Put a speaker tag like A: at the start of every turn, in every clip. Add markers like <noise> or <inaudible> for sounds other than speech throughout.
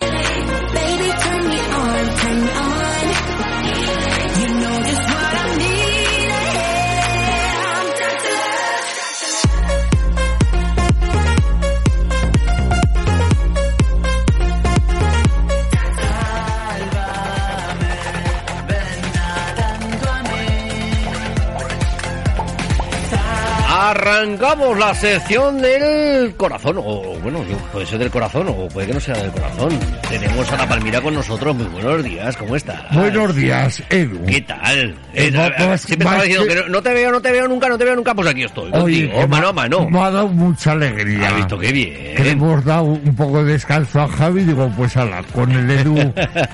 A: Baby, turn me on, turn me on. You know just what I need. Yeah, I'm down to love.
B: Arrancamos la sección del corazón, o bueno, yo- puede ser del corazón, o puede que no sea del corazón. Tenemos a la Palmira con nosotros, muy buenos días, ¿cómo estás?
C: Buenos días, Edu.
B: ¿Qué tal?
C: Eh,
B: Eh,
C: más-
B: eh,
C: más-
B: siempre estaba
C: más
B: diciendo
C: que-
B: que no, no te veo, no te veo nunca, no te veo nunca, pues aquí estoy. contigo,
C: que me
B: mano
C: ha-
B: a mano.
C: Me ha dado mucha alegría.
B: ¿Has visto qué
C: Que le
B: bien?
C: hemos dado un poco de descanso a Javi, digo, pues ala, con
B: <laughs>
C: el Edu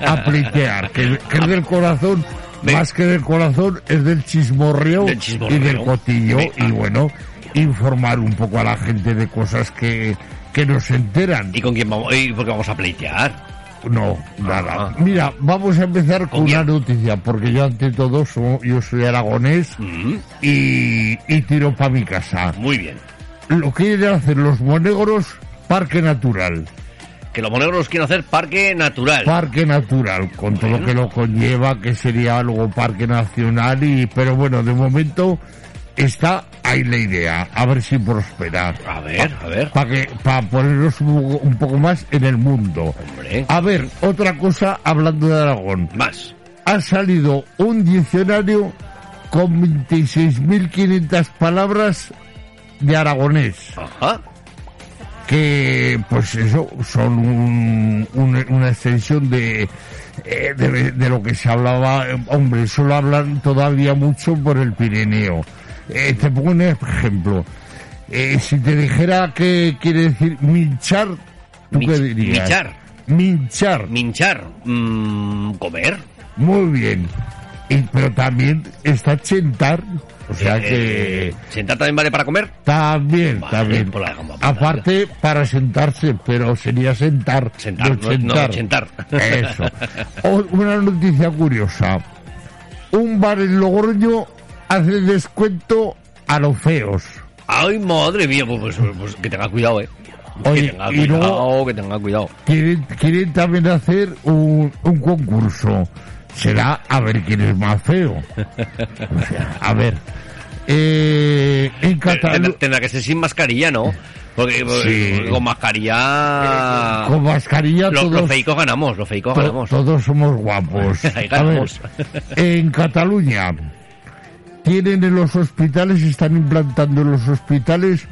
C: a plitear, que, que es del corazón,
B: Ve-
C: más que del corazón, es del chismorreo,
B: Del chismorreo.
C: y del cotillo,
B: Ve-
C: y bueno, informar un poco a la gente de cosas que, que nos enteran.
B: ¿Y con quién vamos? ¿Y por qué vamos a pleitear?
C: No, nada.
B: Ah.
C: Mira, vamos a empezar con
B: ¿Con
C: una
B: quién?
C: noticia, porque yo ante todo, so- yo soy aragonés
B: Mm,
C: y, y tiro para mi casa.
B: muy bien.
C: lo quieren hacer los monegros parque natural.
B: Que los monegros quieren hacer parque natural.
C: Parque natural, con todo lo que lo conlleva, que sería algo parque nacional y pero bueno, de momento está ahí la idea, a ver si prospera.
B: a ver, a ver.
C: Para que para ponernos un, poco- un poco más en el mundo.
B: Hombre,
C: A ver, otra cosa hablando de Aragón.
B: más.
C: Ha salido un diccionario con 26.500 palabras de aragonés.
B: Ajá.
C: que pues eso son un- un- una extensión de, eh, de de lo que se hablaba eh, hombre solo hablan todavía mucho por el Pirineo Eh, te pongo un ejemplo Eh, si te dijera que quiere decir minchar tú
B: Mich-
C: qué dirías
B: michar.
C: minchar
B: Minchar. mm, comer.
C: muy bien Y- pero también está chentar o sea que
B: Eh, ¿Sentar también vale para comer?
C: También,
B: Vale,
C: también.
B: pues la dejamos aparte.
C: Aparte, para sentarse, pero sería sentar.
B: Sentar, no- no chentar.
C: Eso. O- una noticia curiosa. Un bar en Logroño hace descuento a los feos.
B: Ay, madre mía, pues, pues, pues, que tenga cuidado, eh.
C: Oye,
B: que tenga
C: y
B: cuidado,
C: luego-
B: que tenga cuidado.
C: Quieren, quieren también hacer un, un concurso. Será a ver quién es más feo. O sea, a ver. Eh, en
B: Tendrá,
C: Cataluña.
B: tendrá que ser sin mascarilla, ¿no? Porque
C: Sí.
B: porque con mascarilla.
C: Con mascarilla
B: los, los
C: todos-
B: feicos ganamos, los feicos
C: To-
B: ganamos.
C: Todos somos guapos.
B: <laughs> Ahí
C: A ver,
B: ganamos.
C: en Cataluña tienen en los hospitales, están implantando en los hospitales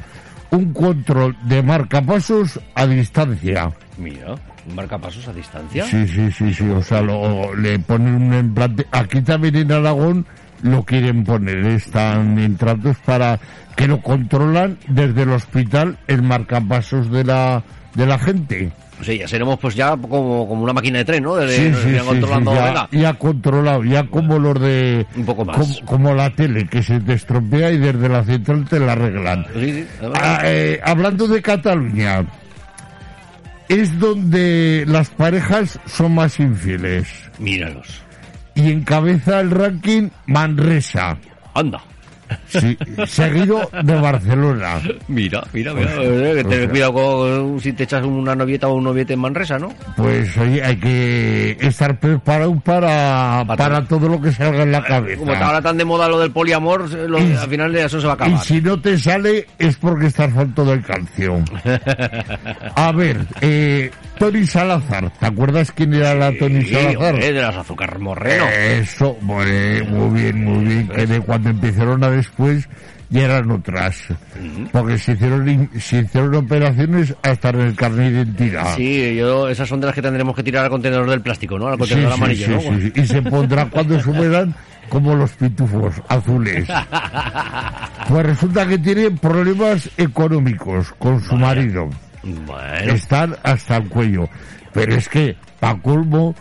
C: un control de marcapasos a distancia.
B: Mira, un marcapasos a distancia.
C: Sí, sí, sí, sí. O sea, lo- le ponen un implante. Aquí también en Aragón lo quieren poner. Están en tratos para que lo controlan desde el hospital el marcapasos de la de la gente.
B: O sea, ya seremos pues ya como, como una máquina de tren, ¿no? De,
C: Sí,
B: de-
C: sí,
B: de-
C: sí,
B: controlando,
C: sí,
B: venga.
C: ya, ya controlado, ya como los de...
B: Un poco más.
C: Como, como la tele, que se te estropea y desde la central te la arreglan.
B: Sí, sí, además.
C: Ah, eh, hablando de Cataluña, es donde las parejas son más infieles.
B: Míralos.
C: Y encabeza el ranking Manresa,
B: Anda. <laughs>
C: sí, seguido de Barcelona.
B: Mira, mira, mira.
C: Pues-
B: eh, que tener
C: pues-
B: cuidado con, si te echas una novieta o un noviete en Manresa, ¿no?
C: Pues oye, hay que estar preparado para,
B: Para
C: para todo lo que salga en la cabeza.
B: Como está ahora tan de moda lo del poliamor, eh, lo-
C: Y-
B: al final de eso se va a
C: Y
B: acabar.
C: si no te sale es porque estás falto del calcio.
B: <laughs>
C: A ver, eh, Tony Salazar, ¿te acuerdas quién era la Tony
B: Sí,
C: Salazar?
B: hombre, de las azúcar morreno.
C: Eh. Eso, hombre, muy bien, muy bien, que de cuando empezaron a después ya eran otras. Porque se hicieron, in- se hicieron operaciones hasta en el carnet de identidad.
B: Sí, yo, esas son de las que tendremos que tirar al contenedor del plástico, ¿no? Al
C: Sí,
B: contenedor
C: sí,
B: amarillo,
C: sí,
B: ¿no?
C: sí, sí. Y se pondrá cuando se mueran como los pitufos
B: <laughs>
C: azules. Pues resulta que tiene problemas económicos con su marido.
B: Bueno,
C: Están hasta el cuello. Pero es que, pa' colmo,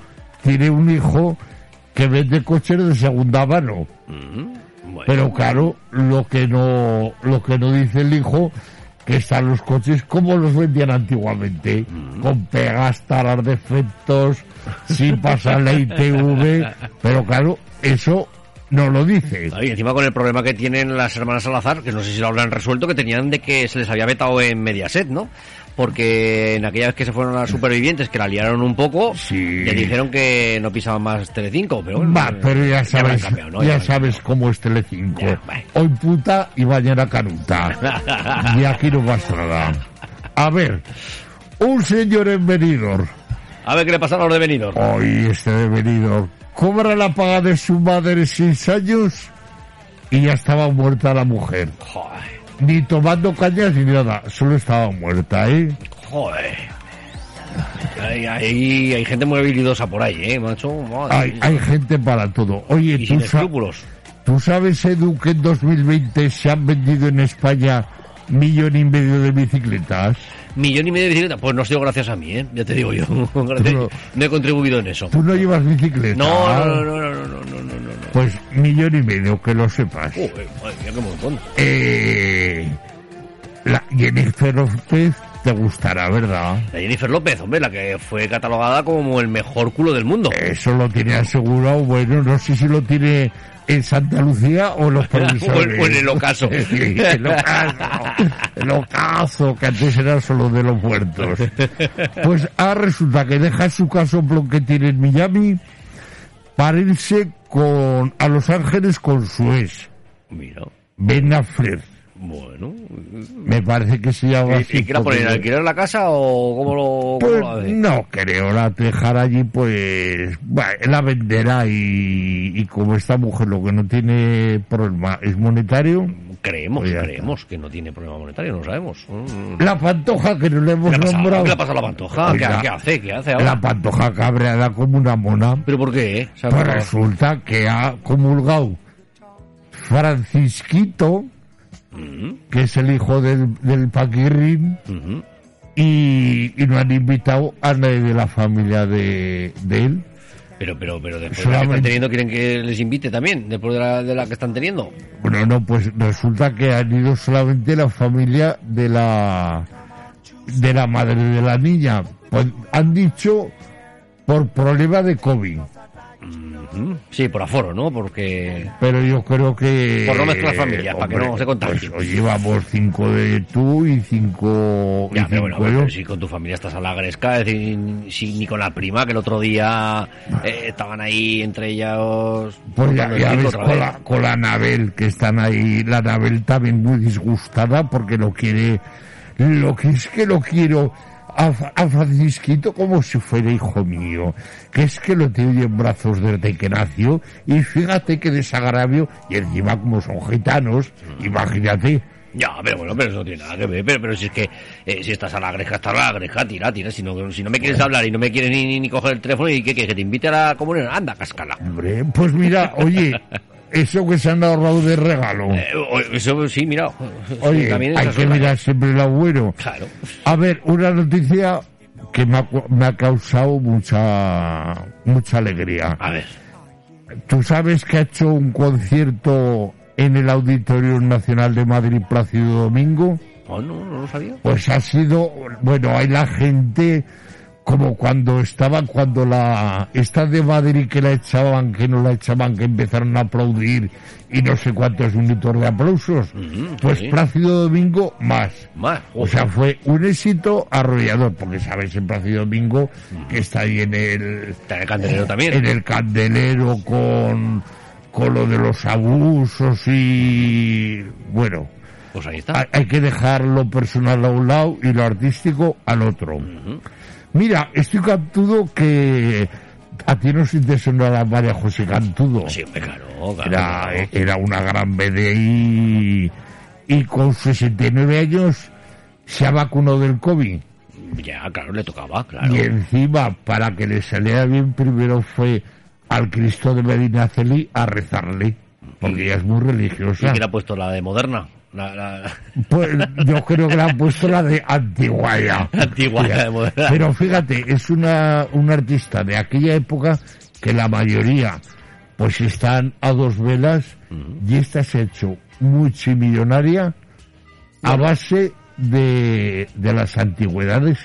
C: tiene un hijo que vende coches de segunda mano.
B: Bueno,
C: Pero claro, lo que no, lo que no dice el hijo, que están los coches como los vendían antiguamente,
B: Mm.
C: con pegas, taras, defectos, sin pasar la ITV. Pero claro, eso no lo dice.
B: Claro, Y encima con el problema que tienen las hermanas Salazar, que no sé si lo habrán resuelto, que tenían de que se les había vetado en Mediaset, ¿no? Porque en aquella vez que se fueron a Supervivientes, que la liaron un poco,
C: Sí.
B: le dijeron que no pisaban más Telecinco, pero bueno,
C: Va,
B: eh,
C: pero ya
B: habrán
C: sabes,
B: cambiado, ¿no?
C: ya,
B: habrán
C: sabes cómo es Telecinco.
B: Ya, vale.
C: Hoy puta y mañana
B: <laughs>
C: canuta. y aquí no pasa nada. A ver, un señor en Benidorm,
B: cambiado. A ver qué le pasa a los devenidos.
C: hoy este de Benidorm, cobra la paga de su madre seis años y ya estaba muerta la mujer.
B: Joder,
C: Ni tomando cañas ni nada, solo estaba muerta, ¿eh?
B: joder. Hay, hay- hay gente muy habilidosa por ahí, ¿eh, macho? Madre
C: Hay,
B: mía.
C: hay gente para todo. Oye,
B: y
C: tú
B: sin
C: sabes...
B: escrúpulos.
C: ¿Tú sabes, Edu, que en 2020 se han vendido en España millón y medio de bicicletas?
B: Millón y medio de bicicletas. Pues no ha sido gracias a mí, ¿eh? Ya te digo yo. <laughs> Gracias-
C: no-
B: no he contribuido en eso.
C: ¿Tú no llevas bicicleta?
B: No, no, no, no, no, no, no, no. no.
C: Pues millón y medio, que lo sepas.
B: Joder, madre mía, qué montón.
C: Eh, la Jennifer López te gustará, ¿verdad?
B: La Jennifer López, hombre, la que fue catalogada como el mejor culo del mundo.
C: Eso lo tiene asegurado, bueno, no sé si lo tiene en Santa Lucía o
B: <laughs>
C: en los provisores.
B: O en el ocaso.
C: <laughs> Sí, el ocaso. El ocaso, que antes era solo de los muertos. Pues ah, resulta que deja su casoplón que tiene en Miami para irse con, a Los Ángeles con su ex,
B: Mira,
C: Ben Affleck.
B: bueno.
C: Me parece que se llama
B: ¿Y,
C: así,
B: y qué la ponen en
C: porque-
B: alquiler en la casa o cómo lo, cómo
C: Pues
B: lo hace?
C: no creo, la dejar allí pues bueno, la venderá y, y como esta mujer lo que no tiene problema es monetario,
B: Creemos,
C: Pues ya
B: creemos que no tiene problema monetario, no sabemos. Mm.
C: la pantoja que no le hemos
B: ¿Qué le ha pasado?
C: nombrado.
B: ¿Qué le ha pasado a la pantoja? ¿Qué,
C: Oiga,
B: qué hace? ¿Qué hace ahora?
C: La pantoja cabreada como una mona.
B: ¿Pero por qué? eh? Se ha
C: Pues
B: acordado.
C: resulta que ha comulgado Francisquito,
B: Mm,
C: que es el hijo del, del Paquirrín,
B: Ujú.
C: y, y no han invitado a nadie de la familia de, de él.
B: Pero, pero, pero después de la que
C: Solamente-
B: están teniendo, ¿quieren que les invite también? Después de la, de la que están teniendo.
C: Bueno, no, pues resulta que han ido solamente la familia de la de la madre de la niña. Pues han dicho por problema de COVID,
B: Ujú. Mm, Sí, por aforo, ¿no? Porque...
C: pero yo creo que
B: Por no mezclar familias, para que
C: hombre,
B: no se contagien.
C: pues, oye, vamos cinco de tú y cinco y
B: Ya, pero
C: cinco
B: bueno,
C: yo.
B: pero si con tu familia estás a la gresca, es decir, si ni con la prima, que el otro día eh, estaban ahí entre ellos.
C: Pues ya,
B: cortando el
C: ya
B: pico
C: ves
B: otra
C: con
B: vez.
C: la, con la Anabel, que están ahí, la Anabel también muy disgustada porque lo quiere, lo que es que lo quiero a, Fra- a Francisquito como si fuera hijo mío, que es que lo tiene en brazos desde que nació y fíjate que desagravio y encima como son gitanos,
B: Mm.
C: imagínate.
B: Ya, pero bueno, pero eso no tiene nada que ver. Pero, pero si es que eh, si estás a la gresca, estás a la gresca, tira, tira. Si no, si no me quieres hablar y no me quieres ni, ni, ni coger el teléfono y que, que, que te invite a la comunión, anda, cáscala.
C: Hombre, pues mira,
B: <laughs>
C: oye, eso que se han ahorrado de regalo.
B: Eh, o- eso sí, mira. <laughs> sí,
C: Oye,
B: también
C: hay
B: esas
C: que
B: son las-
C: mirar siempre lo bueno.
B: Claro.
C: A ver, una noticia que me ha, cu- me ha causado mucha mucha alegría.
B: A ver.
C: Tú sabes que ha hecho un concierto en el Auditorio Nacional de Madrid Plácido Domingo.
B: Oh, no, no lo sabía.
C: Pues ha sido, bueno, hay la gente como cuando estaban, cuando la esta de Madrid que la echaban, que no la echaban, que empezaron a aplaudir y no sé cuántos minutos de aplausos.
B: Ujú,
C: Pues
B: sí.
C: Plácido Domingo más.
B: Más.
C: O sea, fue un éxito arrollador, porque sabes, en Plácido Domingo, que está ahí en el,
B: está el candelero también.
C: Eh, en el candelero con, con lo de los abusos y, bueno,
B: Pues ahí está.
C: hay, hay que dejar lo personal a un lado y lo artístico al otro. Mira, estoy cantudo que a ti no se te sonará María José Cantudo.
B: Sí, hombre, claro, claro.
C: Era,
B: claro.
C: era una gran BDI y con 69 años se ha vacunado del COVID.
B: Ya, claro, le tocaba, claro.
C: Y encima, para que le saliera bien, primero fue al Cristo de Medinaceli a rezarle, porque ella es muy
B: ¿Y
C: religiosa.
B: quién ha puesto la de moderna? La, la-
C: Pues yo creo que le han puesto la de Antiguaya.
B: Antiguaya de Modena.
C: Pero fíjate, es una, un artista de aquella época que la mayoría pues están a dos velas y esta se ha hecho multimillonaria a base de, de las antigüedades.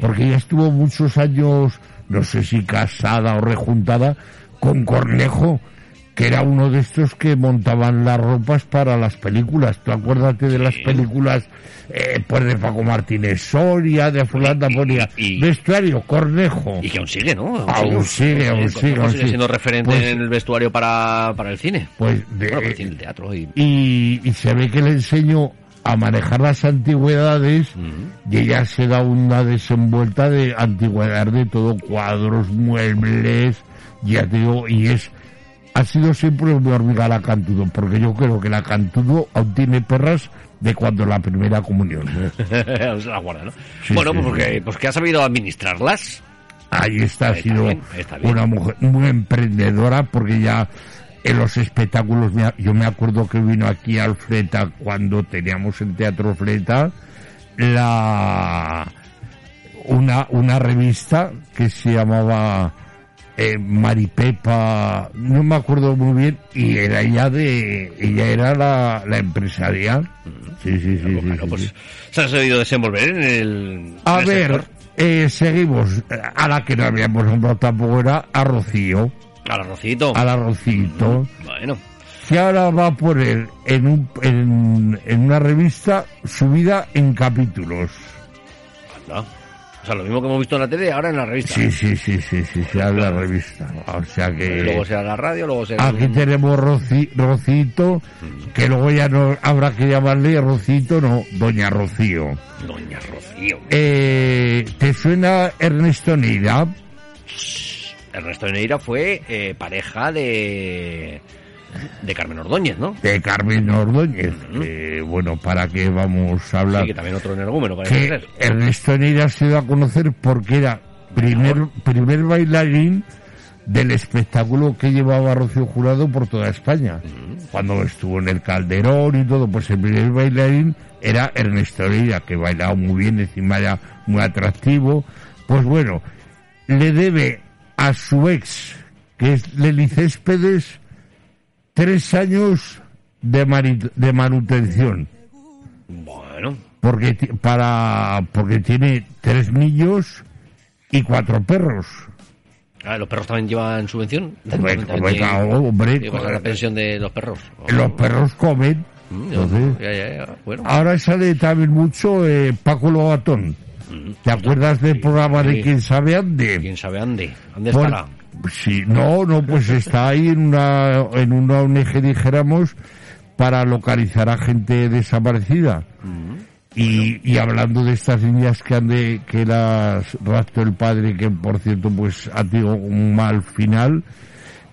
C: Porque ella estuvo muchos años, no sé si casada o rejuntada, con Cornejo, que era uno de estos que montaban las ropas para las películas. Tú acuérdate de las películas, eh, pues de Paco Martínez Soria, de Fulanda Ponía.
B: y-
C: Vestuario, Cornejo.
B: Y que aún sigue, ¿no?
C: Aún sigue, aún sigue,
B: Cornejo sigue
C: aún sigue.
B: siendo referente
C: Pues-
B: en el vestuario para, para el cine.
C: Pues de-
B: Bueno, para el cine, el teatro y... <laughs>
C: y, y se ve que le enseñó a manejar las antigüedades y ella se da una desenvuelta de antigüedad de todo, cuadros, muebles, ya te digo, y es, ha sido siempre una hormiga la Cantudo, porque yo creo que la Cantudo aún tiene perras de cuando la primera comunión.
B: se la guarda, ¿no?
C: Sí,
B: bueno,
C: sí,
B: pues, porque, pues que ha sabido administrarlas.
C: Ahí está, ha
B: Está
C: sido
B: bien, está bien.
C: una mujer muy emprendedora porque ya en los espectáculos, me a- yo me acuerdo que vino aquí al Fleta cuando teníamos el Teatro Fleta, la una, una revista que se llamaba eh, Maripepa, no me acuerdo muy bien, y era ella de, ella era la, la empresarial. Sí, sí, sí. sí,
B: Mm. Bueno,
C: sí, sí.
B: pues se ha sabido desenvolver en el...
C: A
B: en el
C: ver,
B: sector.
C: eh, seguimos. A la que no habíamos nombrado tampoco era a Rocío,
B: Al arrocito.
C: al arrocito,
B: Bueno.
C: que ahora va a poner en, un, en, en una revista su vida en capítulos.
B: anda. O sea, lo mismo que hemos visto en la tele, ahora en la revista.
C: Sí, sí, sí, sí, sí, se habla la revista. O sea
B: Luego
C: que Ah,
B: será la radio, luego será...
C: aquí tenemos Roci- Rocito, que luego ya no habrá que llamarle Rocito, no, Doña Rocío.
B: Doña Rocío.
C: Eh, ¿Te suena Ernesto Neira?
B: Ernesto de Neira fue eh, pareja de... De Carmen Ordóñez, ¿no?
C: de Carmen Ordóñez. que, bueno, ¿para qué vamos a hablar?
B: Sí, que también otro energúmeno, parece
C: que
B: ser.
C: Ernesto Neira se dio a conocer porque era primer, primer bailarín del espectáculo que llevaba Rocío Jurado por toda España. Cuando estuvo en el Calderón y todo, pues el primer bailarín era Ernesto Neira, que bailaba muy bien, encima era muy atractivo. Pues bueno, le debe a su ex, que es Leli Céspedes, tres años de, mari- de manutención
B: Bueno,
C: porque ti- para porque tiene tres niños y cuatro perros.
B: Ah, los perros también llevan subvención.
C: Hombre,
B: También
C: hombre,
B: tienen-
C: claro, hombre,
B: que pagar la pensión de los perros. Oh,
C: Los perros Ah. comen.
B: mm,
C: Entonces,
B: ya, ya, ya, Bueno,
C: ahora sale también mucho eh, Paco Lobatón. ¿Te acuerdas del programa de
B: Mm. sí.
C: quién sabe ande?
B: quién sabe, Ande. ¿Dónde
C: Por-
B: estará?
C: sí, no, no, pues está ahí en una en una ONG dijéramos para localizar a gente desaparecida.
B: Mm-hmm.
C: Y, y hablando de estas niñas que han de, que las raptó el padre, que por cierto pues ha tenido un mal final,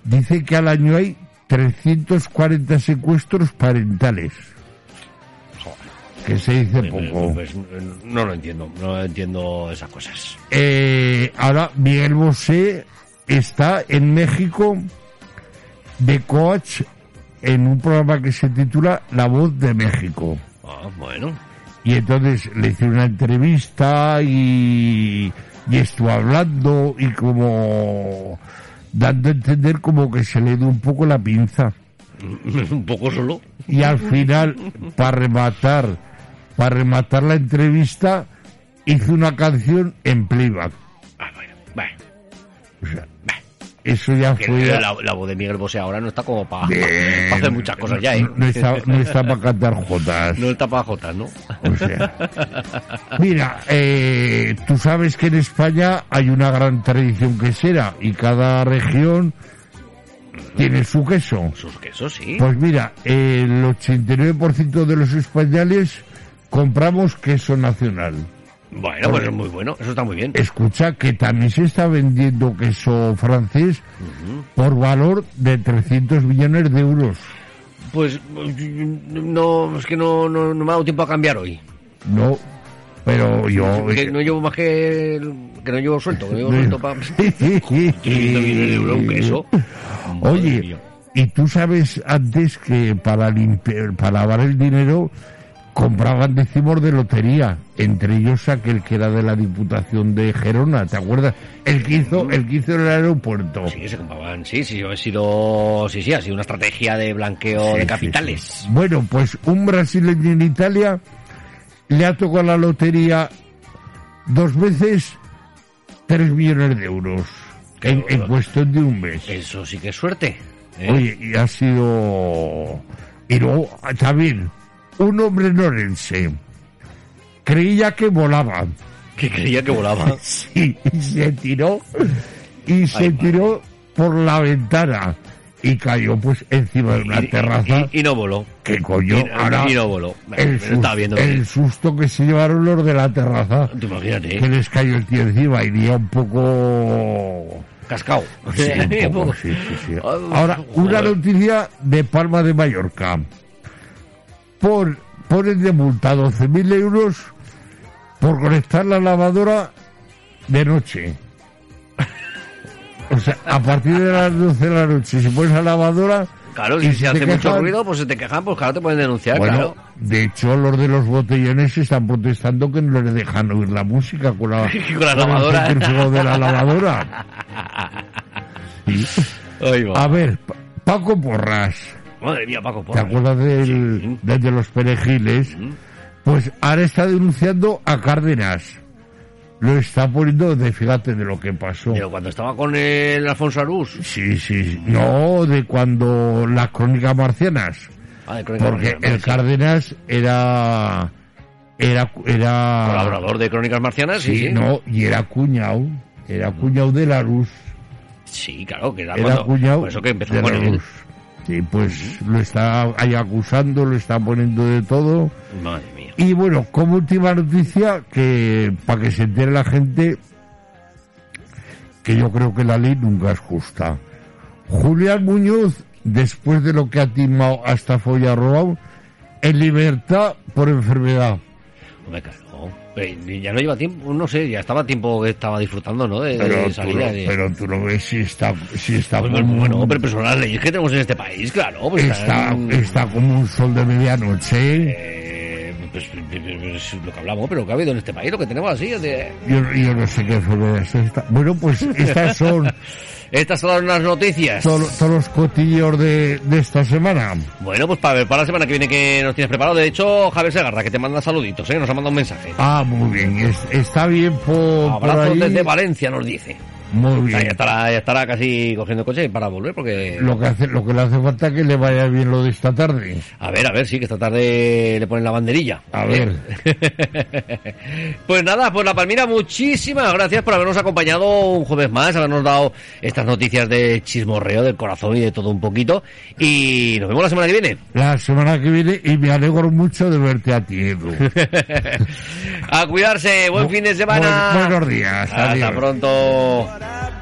C: dice que al año hay 340 secuestros parentales, que se dice poco.
B: Pues, pues, no lo entiendo, no entiendo esas cosas.
C: Eh, ahora Miguel Bosé está en México de coach en un programa que se titula La Voz de México.
B: Ah, bueno. <laughs>
C: Y entonces le hice una entrevista y, y estuvo hablando y como dando a entender como que se le dio un poco la pinza.
B: Un poco solo.
C: Y al final, para rematar, para rematar la entrevista, hizo una canción en playback.
B: Ah, bueno. Bueno,
C: O sea, eso ya
B: que
C: fue...
B: la, la voz de Miguel Bosé ahora no está como para hacer muchas cosas ya, ¿eh?
C: No, no está, no está para cantar jotas.
B: No está para Jotas, ¿no?
C: O sea, mira, eh, tú sabes que en España hay una gran tradición quesera y cada región tiene su queso.
B: Sus quesos, sí.
C: Pues mira, el 89% de los españoles compramos queso nacional.
B: Bueno, pues es muy bueno. Eso está muy bien.
C: Escucha que también se está vendiendo queso francés por valor de 300 millones de euros.
B: Pues no, es que no, no, no me ha dado tiempo a cambiar hoy.
C: No, pero yo...
B: Que no llevo más que. el- que no
C: <laughs>
B: llevo suelto, que no llevo suelto para.
C: Sí.
B: euros, un queso. Madre
C: Oye,
B: mía.
C: Y tú sabes antes que para limpiar, para lavar el dinero compraban décimos de lotería, entre ellos aquel que era de la Diputación de Gerona, ¿te acuerdas? El que hizo, el que hizo el aeropuerto.
B: Sí, se compraban, sí, sí, ha sido, sí, sí, ha sido una estrategia de blanqueo de capitales.
C: Bueno, pues un brasileño en Italia le ha tocado la lotería dos veces tres millones de euros en, en cuestión de un mes.
B: Eso sí que es suerte. ¿eh?
C: Oye, y ha sido... Y luego ah, también un hombre en Orense creía que volaba <laughs>
B: Que creía que volaba.
C: y, y se tiró y se tiró por la ventana y cayó pues encima de una
B: Y-
C: terraza.
B: Y, y no voló.
C: que coño,
B: y-
C: ahora
B: y no voló. Bueno,
C: el,
B: pero
C: sus-
B: estaba viendo.
C: el susto que se llevaron los de la terraza,
B: Tú imagínate,
C: que les cayó el tío encima, iría un poco...
B: cascao.
C: Sí, <laughs>
B: <laughs>
C: un poco, sí, sí, sí. Ahora, una
B: Joder.
C: noticia de Palma de Mallorca. Por, ponen de multa 12.000 euros por conectar la lavadora de noche. O sea, a partir de las 12 de la noche, si pones la lavadora...
B: Claro,
C: y
B: si
C: <laughs> te
B: se hace mucho
C: quejan,
B: ruido, pues se te quejan, pues claro, te pueden denunciar,
C: bueno,
B: claro.
C: de hecho, los de los botellones están protestando que no les dejan oír la música <laughs> con la,
B: Con la
C: el
B: lavadora.
C: centrífugo de la <laughs> lavadora. Sí.
B: Ay, va.
C: A ver, Pa- Paco Porras,
B: Madre mía, Paco, por
C: ¿te acuerdas del, del de los perejiles? Pues ahora está denunciando a Cárdenas. Lo está poniendo de, fíjate, de lo que pasó.
B: Pero cuando estaba con el Alfonso Arús.
C: Sí, sí, sí. no, de cuando las crónicas marcianas.
B: Ah, de Crónicas
C: Porque
B: Marcianas,
C: el
B: sí.
C: Cárdenas era... Era... era
B: Colaborador de Crónicas Marcianas, sí,
C: Sí,
B: sí.
C: no, y era cuñado, era cuñado de la luz,
B: Sí, claro, que era,
C: era
B: cuando...
C: cuñado
B: Por eso que empezó
C: de
B: con
C: la
B: el...
C: luz. Sí, pues lo está ahí acusando, lo está poniendo de todo.
B: Madre mía.
C: Y bueno, como última noticia, que para que se entere la gente, que yo creo que la ley nunca es justa. Julián Muñoz, después de lo que ha timado hasta Folla Robado, en libertad por enfermedad.
B: Hombre, claro. Pero Pues, ya no lleva tiempo, no sé, ya estaba tiempo que estaba disfrutando, ¿no? De, de
C: Pero, tú,
B: salida.
C: lo,
B: de...
C: pero tú lo ves si está, si está
B: Pues,
C: como-
B: bueno, pero personal las leyes que tenemos en este país, claro. Pues,
C: Está,
B: están-
C: está como un sol de medianoche.
B: Eh, pues, pues, pues, lo que hablamos, pero lo que ha habido en este país, lo que tenemos así es de...
C: Yo, este yo no sé qué enfermedad es esta. Bueno, pues estas son
B: Estas son las noticias.
C: to- todos los cotillos de, de esta semana.
B: Bueno, pues para, ver, para la semana que viene que nos tienes preparado. De hecho, Javier Segarra, que te manda saluditos, ¿eh? Nos ha mandado un mensaje.
C: Ah, muy bien. es- está bien por, por
B: Abrazos
C: ahí.
B: desde Valencia, nos dice.
C: Muy
B: O sea, ya,
C: bien.
B: estará, ya estará casi cogiendo coche para volver porque...
C: Lo que, hace, lo que le hace falta es que le vaya bien lo de esta tarde.
B: A ver, a ver, sí, que esta tarde le ponen la banderilla.
C: A ver.
B: <laughs> pues nada, pues La Palmira, muchísimas gracias por habernos acompañado un jueves más, habernos dado estas noticias de chismorreo, del corazón y de todo un poquito. Y nos vemos la semana que viene.
C: La semana que viene y me alegro mucho de verte a ti, Edu.
B: <laughs> A cuidarse, buen fin de semana.
C: Buen- buenos días.
B: Hasta
C: adiós.
B: pronto.
A: I've